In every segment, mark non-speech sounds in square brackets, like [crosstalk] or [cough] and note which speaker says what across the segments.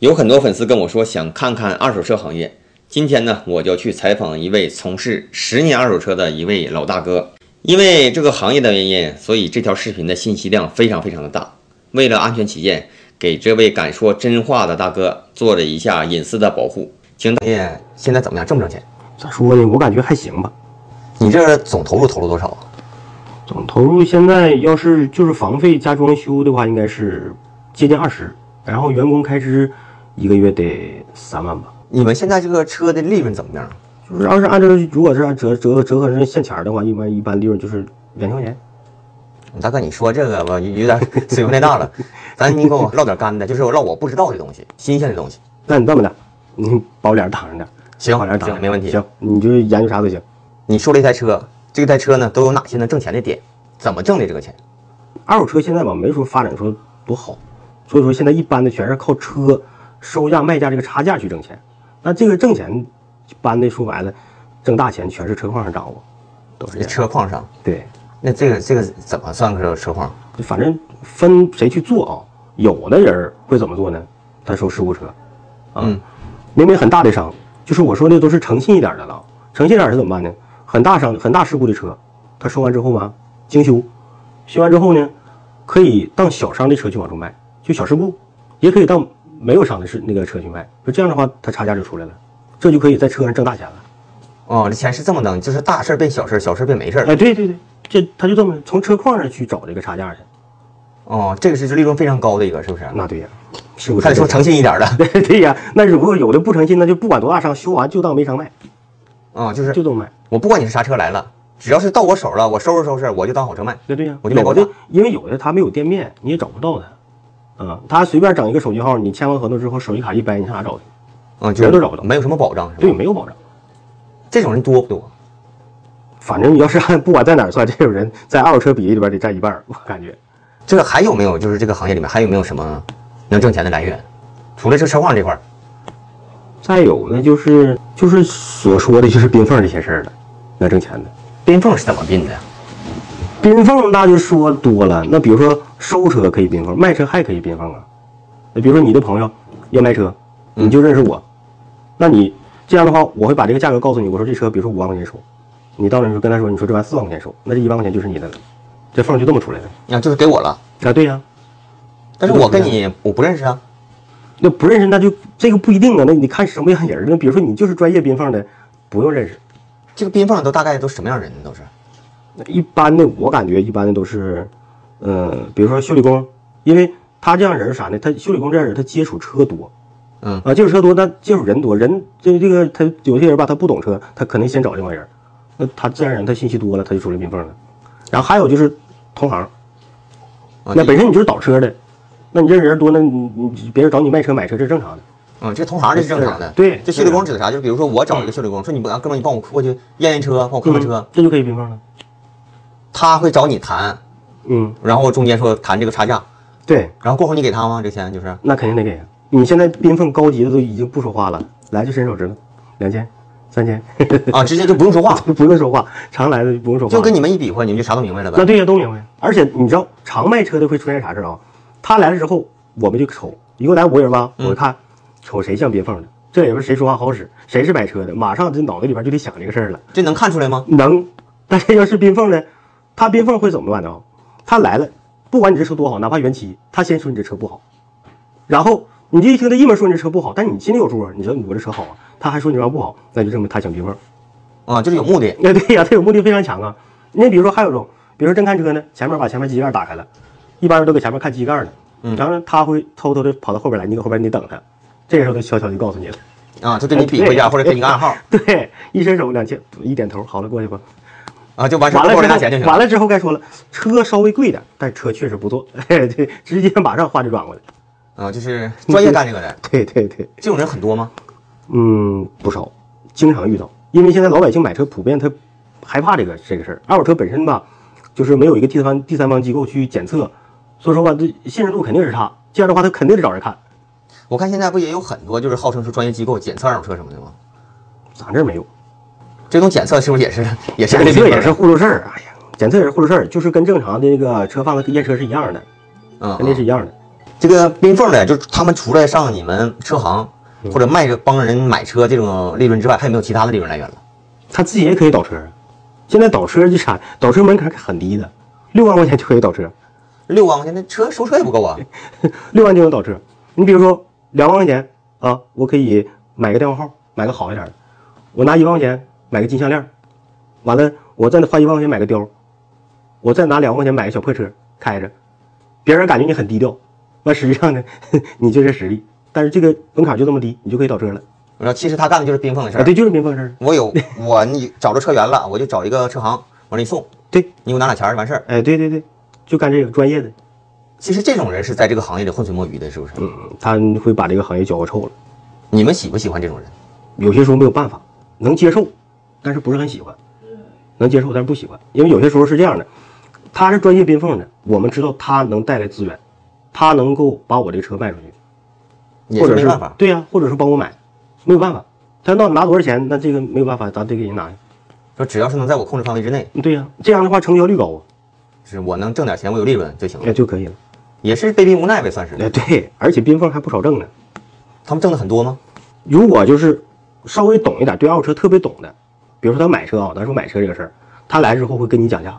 Speaker 1: 有很多粉丝跟我说想看看二手车行业，今天呢，我就去采访一位从事十年二手车的一位老大哥。因为这个行业的原因，所以这条视频的信息量非常非常的大。为了安全起见，给这位敢说真话的大哥做了一下隐私的保护。请大爷，哎现在怎么样？挣不挣钱？
Speaker 2: 咋说呢？我感觉还行吧。
Speaker 1: 你这总投入投入多少啊？
Speaker 2: 总投入现在要是就是房费加装修的话，应该是接近二十，然后员工开支一个月得三万吧。
Speaker 1: 你们现在这个车的利润怎么样？啊
Speaker 2: 就是要是按照如果是按折折折合成现钱儿的话，一般一般利润就是两千块钱。
Speaker 1: 大哥，你说这个吧，有有点 [laughs] 水分太大了。咱你给我唠点干的，就是我唠我不知道的东西，新鲜的东西。
Speaker 2: 那你这么的，你把脸挡上点儿，
Speaker 1: 行
Speaker 2: 把脸挡上
Speaker 1: 行，没问题。
Speaker 2: 点儿，行，你就研究啥都行。
Speaker 1: 你说了一台车，这台车呢都有哪些能挣钱的点？怎么挣的这个钱？
Speaker 2: 二手车现在吧，没说发展说多好，所以说现在一般的全是靠车收价卖价这个差价去挣钱。那这个挣钱，一般的说白了，挣大钱全是车况上掌握，都是这样。
Speaker 1: 车况上，
Speaker 2: 对，
Speaker 1: 那这个这个怎么算个车况？
Speaker 2: 反正分谁去做啊。有的人会怎么做呢？他收事故车，啊，
Speaker 1: 嗯
Speaker 2: 明明很大的伤，就是我说的都是诚信一点的了。诚信一点是怎么办呢？很大伤、很大事故的车，他收完之后吧，精修，修完之后呢，可以当小伤的车去往出卖，就小事故，也可以当没有伤的是那个车去卖。就这样的话，它差价就出来了，这就可以在车上挣大钱了。
Speaker 1: 哦，这钱是这么弄，就是大事儿变小事儿，小事儿变没事儿。
Speaker 2: 哎，对对对，这他就这么从车况上去找这个差价去。
Speaker 1: 哦，这个是利润非常高的一个，是不是？
Speaker 2: 那对呀、事故
Speaker 1: 还得说诚信一点的。
Speaker 2: 对 [laughs] 呀、那如果有的不诚信，那就不管多大伤，修完就当没伤卖，
Speaker 1: 啊、就是
Speaker 2: 就这么卖。
Speaker 1: 我不管你是啥车来了，只要是到我手了，我收拾收拾，我就当好车卖。
Speaker 2: 对对呀、
Speaker 1: 我就买
Speaker 2: 有
Speaker 1: 高
Speaker 2: 的
Speaker 1: 价，
Speaker 2: 因为有的他没有店面，你也找不到他，啊、他随便整一个手机号，你签完合同之后，手机卡一掰，你上哪找他？
Speaker 1: 嗯，
Speaker 2: 人都找不着
Speaker 1: 没有什么保障，是吧？
Speaker 2: 对，，没有保障。
Speaker 1: 这种人多不多？
Speaker 2: 反正你要是按不管在哪儿算， [laughs] 这种人在二手车比例里边得占一半儿，我感觉。
Speaker 1: 这个还有没有？就是这个行业里面还有没有什么能挣钱的来源？除了这车况这块儿，
Speaker 2: 再有呢，就是就是所说的就是冰缝这些事儿了，能挣钱的。
Speaker 1: 冰缝是怎么并的呀？
Speaker 2: 冰缝那就说多了，那比如说收车可以冰缝，卖车还可以冰缝啊。那比如说你的朋友要卖车，你就认识我，那你这样的话，我会把这个价格告诉你。我说这车，比如说五万块钱收，你到那时候跟他说，你说这玩意四万块钱收，那这一万块钱就是你的了，这缝就这么出来的。
Speaker 1: 啊，就是给我了，
Speaker 2: 啊，对呀、
Speaker 1: 但是我跟你我不认识啊。
Speaker 2: 那不认识那就这个不一定啊。那你看什么样人儿？那比如说你就是专业冰缝的，不用认识。
Speaker 1: 这个冰缝都大概都什么样人呢？都是啊
Speaker 2: 那一般的，我感觉一般的都是，呃，比如说修理工，因为他这样人是啥呢？他修理工这样人，他接触车多，
Speaker 1: 嗯
Speaker 2: 啊，接触车多，他接触人多，人这这个他有些人吧，他不懂车，他肯定先找这帮人，那他这样人他信息多了，他就出来冰缝了。然后还有就是同行，
Speaker 1: 啊，
Speaker 2: 那
Speaker 1: 这
Speaker 2: 本身你就是倒车的，那你认识人多，那你你别人找你卖车买车，这是正常的。
Speaker 1: 嗯，这同行这是正常的。
Speaker 2: 对嗯
Speaker 1: 这修理工指的啥？就是比如说我找一个修理工，说你不，啊哥们儿你帮我过去验验车，帮我看看车，
Speaker 2: 这就可以冰缝了。
Speaker 1: 他会找你谈，
Speaker 2: 嗯，
Speaker 1: 然后中间说谈这个差价，
Speaker 2: 对，
Speaker 1: 然后过后你给他吗？这钱就是
Speaker 2: 那肯定得给啊。你现在冰缝高级的都已经不说话了，来就伸手指头，两千、三千。 [laughs]
Speaker 1: 啊，直接就不用说话，
Speaker 2: 不用说话，常来的就不用说话。
Speaker 1: 就跟你们一比划，你们就啥都明白了
Speaker 2: 那
Speaker 1: 呗。
Speaker 2: 对呀，都明白。而且你知道，常卖车的会出现啥事儿啊？他来了之后，我们就瞅，一共来五个人吧，
Speaker 1: 嗯
Speaker 2: 我看、瞅谁像边缝的，这也不是谁说话好使，谁是买车的，马上这脑袋里边就得想这个事儿了。
Speaker 1: 这能看出来吗？
Speaker 2: 能，但是要是冰缝呢，他冰缝会怎么办呢？啊？他来了，不管你这车多好，哪怕原漆，他先说你这车不好，然后你就一听他一门说你这车不好，但你心里有数啊，你说我这车好啊，他还说你这玩意儿不好，那就证明他想冰 [laughs] 缝。
Speaker 1: 啊，就是有目的。
Speaker 2: 那对呀、他有目的非常强啊。你比如说还有一种，比如说真看车呢，前面把前面机盖打开了，一般人都搁前面看机盖呢，
Speaker 1: 嗯
Speaker 2: 然后呢他会偷偷的跑到后边来，你搁后边你等他，这个时候他悄悄就告诉你了， [laughs]
Speaker 1: 啊，就跟你比划一下，
Speaker 2: 哎对
Speaker 1: 或者给你个暗号
Speaker 2: 对，一伸手两千一点头，好了过去吧，
Speaker 1: 啊，就完事儿，
Speaker 2: 完了
Speaker 1: 过来
Speaker 2: 之
Speaker 1: 拿
Speaker 2: 后
Speaker 1: 钱就行
Speaker 2: 完
Speaker 1: 了。
Speaker 2: 了之后该说了，车稍微贵点，但车确实不错，嘿， [laughs] 对，直接马上话就转过来，
Speaker 1: 啊，就是专业干这个的，
Speaker 2: 对对对，
Speaker 1: 这种人很多吗？
Speaker 2: 嗯，不少，经常遇到，因为现在老百姓买车普遍他害怕这个这个事儿。二手车本身吧，就是没有一个第三方第三方机构去检测，所以说吧，这信任度肯定是差。这样的话，他肯定得找人看。
Speaker 1: 我看现在不也有很多就是号称是专业机构检测二手车什么的吗？
Speaker 2: 咱这儿没有，
Speaker 1: 这种检测是不是也是也是
Speaker 2: 检
Speaker 1: 个
Speaker 2: 测
Speaker 1: 病
Speaker 2: 也是糊弄事儿。哎呀，检测也是糊弄事儿，就是跟正常的那个车贩子验车是一样的，
Speaker 1: 嗯，
Speaker 2: 跟那是一样的。
Speaker 1: 这个冰缝呢，就是他们除了上你们车行
Speaker 2: 嗯
Speaker 1: 或者卖帮人买车这种利润之外，还有没有其他的利润来源了？
Speaker 2: 他自己也可以倒车。现在倒车就啥？倒车门槛很低的，六万块钱就可以倒车，
Speaker 1: 六万块钱，那车收车也不够啊。
Speaker 2: 六万就能倒车。你比如说两万块钱啊，我可以买个电话号，买个好一点的。我拿一万块钱买个金项链，完了我再花一万块钱买个貂，我再拿两万块钱买个小破车开着，别人感觉你很低调，那实际上呢， [laughs] 你就是实力。但是这个门槛就这么低，你就可以倒车了
Speaker 1: 我说，其实他干的就是冰缝的事
Speaker 2: 啊！
Speaker 1: 儿。
Speaker 2: 对，就是民风事儿。
Speaker 1: 我有我你找着车源了，我就找一个车行往这一送，
Speaker 2: 对，
Speaker 1: 你给我拿俩钱儿就完事儿。
Speaker 2: 哎，对对对，就干这个专业的，
Speaker 1: 其实这种人是在这个行业里浑水摸鱼的，是不是？
Speaker 2: 嗯，他会把这个行业搅和臭了。
Speaker 1: 你们喜不喜欢这种人？
Speaker 2: 有些时候没有办法，能接受，但是不是很喜欢，能接受但是不喜欢，因为有些时候是这样的，他是专业冰缝的，我们知道他能带来资源，他能够把我这个车卖出去，
Speaker 1: 也
Speaker 2: 或
Speaker 1: 是
Speaker 2: 者
Speaker 1: 没
Speaker 2: 是
Speaker 1: 办法。
Speaker 2: 对呀、或者是帮我买，没有办法，他要拿多少钱，那这个没有办法，咱得给人拿呀，
Speaker 1: 说只要是能在我控制范围之内，
Speaker 2: 对呀、这样的话成交率高啊，
Speaker 1: 就是我能挣点钱，我有利润就行
Speaker 2: 哎
Speaker 1: 了。
Speaker 2: 就可以了，
Speaker 1: 也是被逼无奈呗，算是。
Speaker 2: 哎对，而且冰缝还不少挣呢，
Speaker 1: 他们挣的很多吗？
Speaker 2: 如果就是稍微懂一点，对二手车特别懂的，比如说他买车啊，咱说买车这个事儿，他来之后会跟你讲价，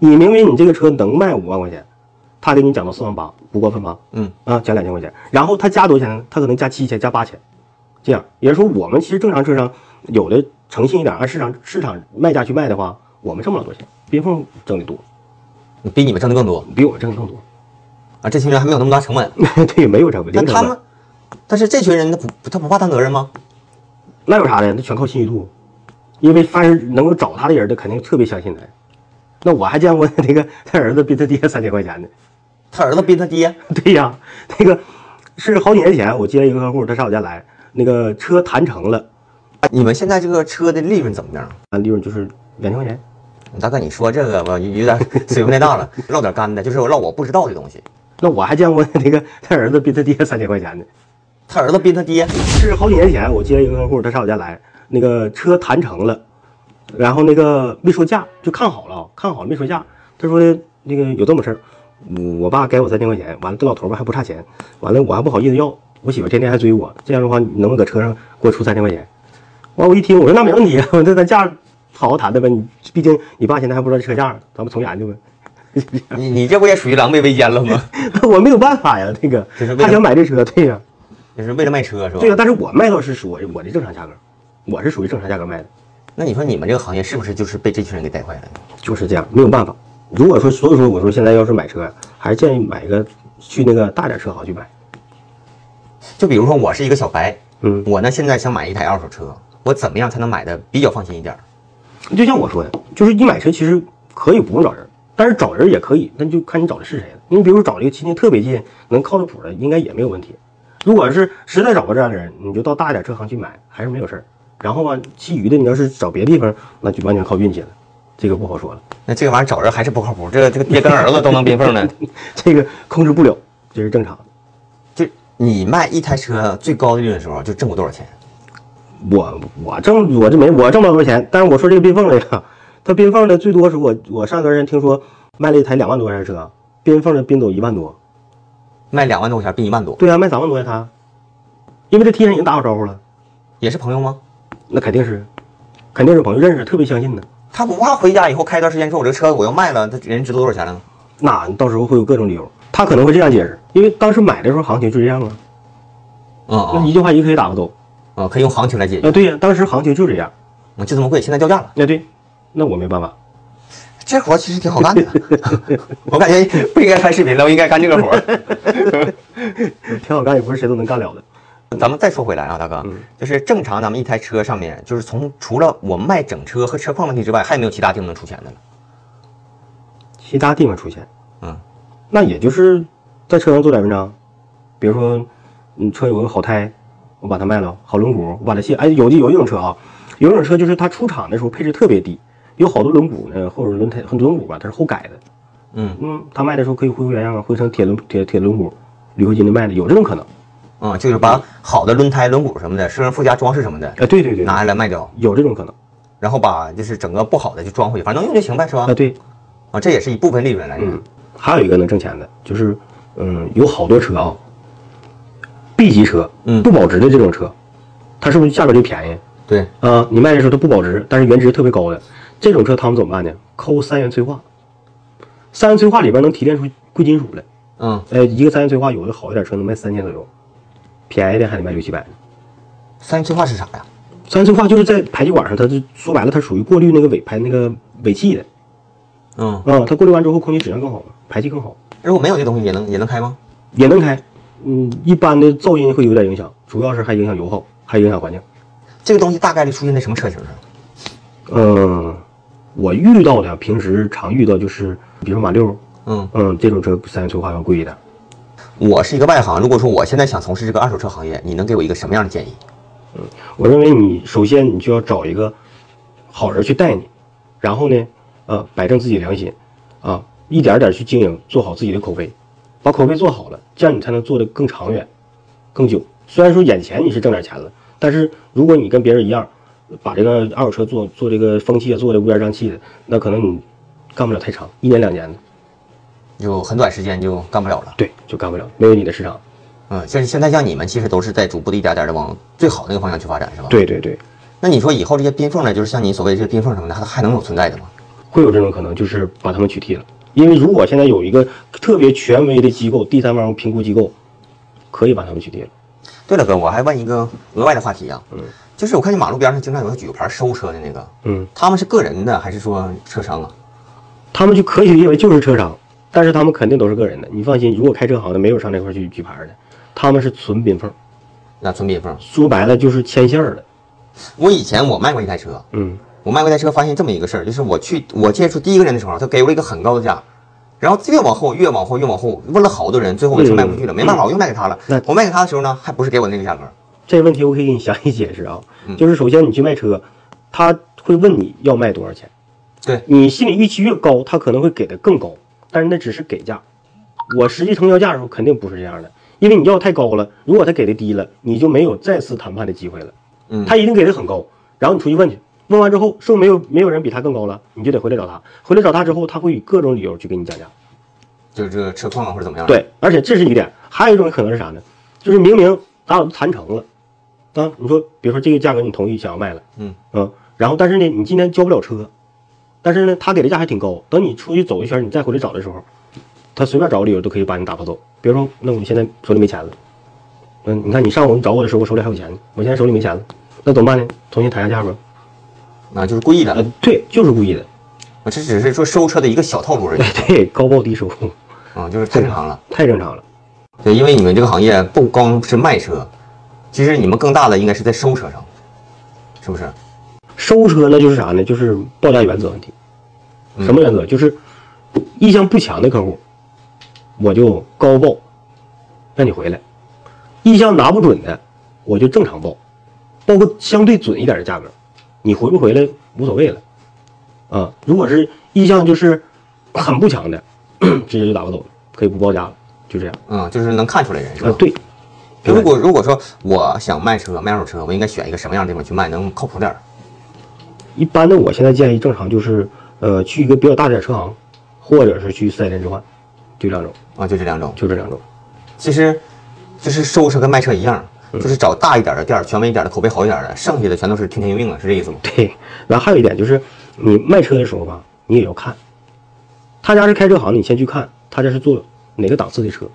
Speaker 2: 你明明你这个车能卖五万块钱，他给你讲到四万八，不过分吧？
Speaker 1: 嗯，
Speaker 2: 啊，加两千块钱，然后他加多少钱呢？他可能加七千，加八千，这样，也就是说我们其实正常车商有的诚信一点，按市场市场卖价去卖的话，我们挣不了多少钱，边缝挣得多，
Speaker 1: 比你们挣的更多
Speaker 2: 比我们挣得更多， [laughs]
Speaker 1: 啊！这群人还没有那么大成本。
Speaker 2: 对，没有成本，
Speaker 1: 那
Speaker 2: 零成
Speaker 1: 他
Speaker 2: 本
Speaker 1: 们，但是这群人他不他不怕担责任吗？
Speaker 2: 那有啥的？那全靠信誉度，因为凡是能够找他的人，他肯定特别相信他。那我还见过那个他儿子逼他爹三千块钱的，
Speaker 1: 他儿子逼他爹，啊
Speaker 2: 对呀，那个是好几年前我接了一个客户，他上我家来，那个车谈成了，
Speaker 1: 你们现在这个车的利润怎么样？
Speaker 2: 啊，利润就是两千块钱。
Speaker 1: 大哥，你说这个我有点水分太大了， [laughs] 唠点干的，就是我唠我不知道的东西。
Speaker 2: 那我还见过那个他儿子逼他爹三千块钱的，
Speaker 1: 他儿子逼他爹，
Speaker 2: 是好几年前我接了一个客户，他上我家来，那个车谈成了，然后那个没说价，就看好了，看好了没说价。他说的那个有这么事儿，我我爸给我三千块钱，完了这老头儿吧还不差钱，完了我还不好意思要，我媳妇天天还追我，这样的话你能不能搁车上给我出三千块钱？完我一听我说那没问题，我这咱价好好谈的呗，你毕竟你爸现在还不知道这车价呢，咱们重研究呗。
Speaker 1: 你你这不也属于狼狈为奸了吗？ [laughs]
Speaker 2: 我没有办法呀，那个
Speaker 1: 就是为了
Speaker 2: 他想买这车，对呀、
Speaker 1: 就是为了卖车是吧？
Speaker 2: 对呀、啊但是我卖到是属我我的正常价格，我是属于正常价格卖的。
Speaker 1: 那你说你们这个行业是不是就是被这群人给带坏了？
Speaker 2: 就是这样，没有办法。如果说，所以说我说现在要是买车，啊还是建议买一个去那个大点车行去买。
Speaker 1: 就比如说我是一个小白，
Speaker 2: 嗯，
Speaker 1: 我呢现在想买一台二手车，我怎么样才能买的比较放心一点儿？
Speaker 2: 就像我说的，就是你买车其实可以不用找人，但是找人也可以，那就看你找的是谁了。你比如找一个亲戚特别近、能靠得谱的，应该也没有问题。如果是实在找不着这样的人，你就到大一点车行去买，还是没有事儿。然后吧，其余的你要是找别的地方，那就完全靠运气了，这个不好说了，
Speaker 1: 那这个玩意儿找人还是不靠谱，这个这个爹跟儿子都能 [laughs] 冰缝呢。
Speaker 2: [laughs] 这个控制不了，这是正常的。
Speaker 1: 就你卖一台车最高的利润的时候，就挣过多少钱？
Speaker 2: 我我挣我这没我挣不了多少钱，但是我说这个冰缝的呀，他冰缝的最多时候我我上个人听说卖了一台两万多块钱的车，冰缝的冰走一万多，
Speaker 1: 卖两万多块钱，比你慢多，
Speaker 2: 对啊，卖三万多呀他，因为这提前已经打好招呼了，
Speaker 1: 也是朋友吗？
Speaker 2: 那肯定是，肯定是朋友认识，特别相信的，
Speaker 1: 他不怕回家以后开一段时间说，我这车我要卖了，他人值多少钱了？
Speaker 2: 那到时候会有各种理由，他可能会这样解释，因为当时买的时候行情就这样啊，
Speaker 1: 嗯
Speaker 2: 那
Speaker 1: 嗯
Speaker 2: 一句话一个可以打发走，
Speaker 1: 嗯，可以用行情来解决，
Speaker 2: 啊对呀、当时行情就这样，
Speaker 1: 嗯就这么贵，现在掉价了，
Speaker 2: 那对，那我没办法， [laughs]
Speaker 1: 这活儿其实挺好 [laughs] 干的。我感觉不应该拍视频了，我应该干这个活儿。 [laughs]
Speaker 2: 挺好干也不是谁都能干了的，
Speaker 1: 咱们再说回来啊，大哥，就是正常咱们一台车上面，就是从除了我卖整车和车况问题之外，还有没有其他地方能出钱的了？
Speaker 2: 其他地方出现。
Speaker 1: 嗯，
Speaker 2: 那也就是在车上做点文章，比如说，嗯，车有个好胎，我把它卖了，好轮毂，我把它卸。哎，有的有一种车啊，有一种车就是它出厂的时候配置特别低，有好多轮毂呢，或者轮胎很多轮毂吧，它是后改的。
Speaker 1: 嗯
Speaker 2: 嗯，它卖的时候可以恢复原样，啊恢成铁轮铁铁轮毂，铝合金的卖的，有这种可能。
Speaker 1: 嗯，就是把好的轮胎、轮毂什么的，车上附加装饰什么的，
Speaker 2: 哎，对对对，
Speaker 1: 拿下来卖掉，
Speaker 2: 有这种可能。
Speaker 1: 然后把就是整个不好的就装回去，
Speaker 2: 呃
Speaker 1: 反正能用就行呗，是吧
Speaker 2: 啊，？对，
Speaker 1: 啊，这也是一部分利润来源。
Speaker 2: 还有一个能挣钱的，就是嗯，有好多车啊，B 级车，
Speaker 1: 嗯
Speaker 2: 不保值的这种车，它是不是价格就便宜？
Speaker 1: 对，
Speaker 2: 啊、你卖的时候它不保值，但是原值特别高的这种车，他们怎么办呢？抠三元催化，三元催化里边能提炼出贵金属来。
Speaker 1: 嗯，
Speaker 2: 呃，一个三元催化有的好一点车能卖三千左右，便宜的还得卖六七百。
Speaker 1: 三元催化是啥呀？
Speaker 2: 三元催化就是在排气管上，它就说白了，它属于过滤那个尾排那个尾气的
Speaker 1: 嗯，
Speaker 2: 啊、它过滤完之后空气质量更好，排气更好，
Speaker 1: 如果没有这东西也能也能开吗？
Speaker 2: 也能开。嗯，一般的噪音会有点影响，主要是还影响油耗，还影响环境。
Speaker 1: 这个东西大概率出现在什么车型上？
Speaker 2: 嗯，我遇到的平时常遇到就是，比如马六，
Speaker 1: 嗯，
Speaker 2: 嗯，这种车三元催化要贵一点。
Speaker 1: 我是一个外行，如果说我现在想从事这个二手车行业，你能给我一个什么样的建议？
Speaker 2: 我认为你首先你就要找一个好人去带你，然后呢，呃，摆正自己的良心，啊，一点儿点儿去经营，做好自己的口碑，把口碑做好了，这样你才能做得更长远、更久。虽然说眼前你是挣点钱了，但是如果你跟别人一样，把这个二手车做做这个风气啊，做的乌烟瘴气的，那可能你干不了太长，一年两年的，
Speaker 1: 就很短时间就干不了了。
Speaker 2: 对，就干不了，没有你的市场。
Speaker 1: 嗯，就是现在像你们其实都是在逐步的一点点的往最好那个方向去发展，是吧？。
Speaker 2: 对对对，
Speaker 1: 那你说以后这些冰缝呢，就是像你所谓这些冰缝什么的，它还能有存在的吗？
Speaker 2: 会有这种可能，就是把他们取缔了。因为如果现在有一个特别权威的机构，第三方评估机构，可以把他们取缔了。
Speaker 1: 对了，哥，我还问一个额外的话题啊，嗯，就是我看见马路边上经常有个举个牌收车的那个，
Speaker 2: 嗯，
Speaker 1: 他们是个人的还是说车商啊？
Speaker 2: 他们就可以理解为就是车商，但是他们肯定都是个人的。你放心，如果开车行的没有上那块儿去举牌的，他们是纯宾缝，
Speaker 1: 那纯冰缝。
Speaker 2: 说白了就是牵线儿的。
Speaker 1: 我以前我卖过一台车，
Speaker 2: 嗯，
Speaker 1: 我卖过一台车，发现这么一个事儿，就是我去我接触第一个人的时候，他给我了一个很高的价，然后越往后越往后越往后，问了好多人，最后我车卖不出去了，没办法，我又卖给他了
Speaker 2: 嗯那。
Speaker 1: 我卖给他的时候呢，还不是给我那个价格，
Speaker 2: 这问题我可以给你详细解释啊。
Speaker 1: 嗯
Speaker 2: 就是首先你去卖车，他会问你要卖多少钱，
Speaker 1: 对
Speaker 2: 你心里预期越高，他可能会给的更高，但是那只是给价。我实际成交价的时候肯定不是这样的，因为你要太高了，如果他给的低了，你就没有再次谈判的机会了。
Speaker 1: 嗯
Speaker 2: 他一定给的很高，然后你出去问去，问完之后是不是没有没有人比他更高了，你就得回来找他。回来找他之后，他会以各种理由去给你讲价。
Speaker 1: 就是这个车况啊或者怎么样。，
Speaker 2: 对，而且这是一点，还有一种可能是啥呢？就是明明咱俩都谈成了，啊，你说比如说这个价格你同意想要卖了，啊
Speaker 1: 嗯
Speaker 2: 然后但是呢，你今天交不了车，但是呢，他给的价还挺高，等你出去走一圈，你再回来找的时候，他随便找个理由都可以把你打发走。比如说，那我现在手里没钱了，嗯，你看你上午你找我的时候，我手里还有钱呢，我现在手里没钱了，那怎么办呢？重新谈下价吧。
Speaker 1: 那就是故意的
Speaker 2: 呃，，对，就是故意的， [laughs]
Speaker 1: 我这只是说收车的一个小套路而已，
Speaker 2: 对，高报低收，
Speaker 1: 嗯，就是太正常了。
Speaker 2: 太正常了。
Speaker 1: 对，因为你们这个行业不光是卖车，其实你们更大的应该是在收车上，是不是？
Speaker 2: 收车那就是啥呢？就是报价原则问题。什么原则？就是意向不强的客户，我就高报，让你回来；意向拿不准的，我就正常报，报个相对准一点的价格。你回不回来无所谓了。啊，如果是意向就是很不强的， [clears throat] 直接就打发走了，可以不报价了，就这样。
Speaker 1: 嗯，就是能看出来人是吧？
Speaker 2: 啊，对，
Speaker 1: 如果如果说我想卖车卖二手车，我应该选一个什么样的地方去卖能靠谱点儿？
Speaker 2: 一般的，我现在建议正常就是，呃，去一个比较大点车行，或者是去四 S 店置换，就两种，
Speaker 1: 啊，就这两种。
Speaker 2: 就这两种。 [laughs]
Speaker 1: 其实，就是收车跟卖车一样，
Speaker 2: 嗯
Speaker 1: 就是找大一点的店儿、权威一点的、口碑好一点的，剩下的全都是听天由命了，是这意思吗？
Speaker 2: 对，然后还有一点就是，你卖车的时候吧，你也要看，他家是开车行的，你先去看他家是做哪个档次的车。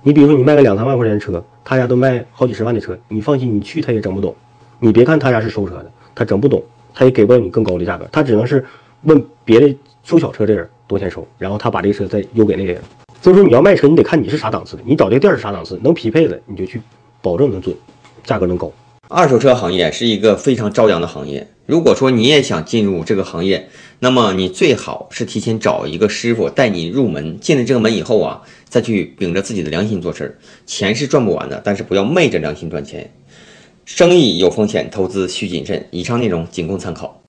Speaker 2: 你比如说你卖个两三万块钱的车，他家都卖好几十万的车，你放心，你去他也整不懂。你别看他家是收车的，他整不懂，他也给不了你更高的价格，他只能是问别的收小车的人多钱收，然后他把这个车再邮给那个人。所以说你要卖车，你得看你是啥档次的，你找这个店儿是啥档次，能匹配的你就去，保证能准，价格能高。
Speaker 1: 二手车行业是一个非常朝阳的行业。如果说你也想进入这个行业，那么你最好是提前找一个师傅带你入门。进了这个门以后啊，再去秉着自己的良心做事儿。钱是赚不完的，但是不要昧着良心赚钱。生意有风险，投资需谨慎。以上内容仅供参考。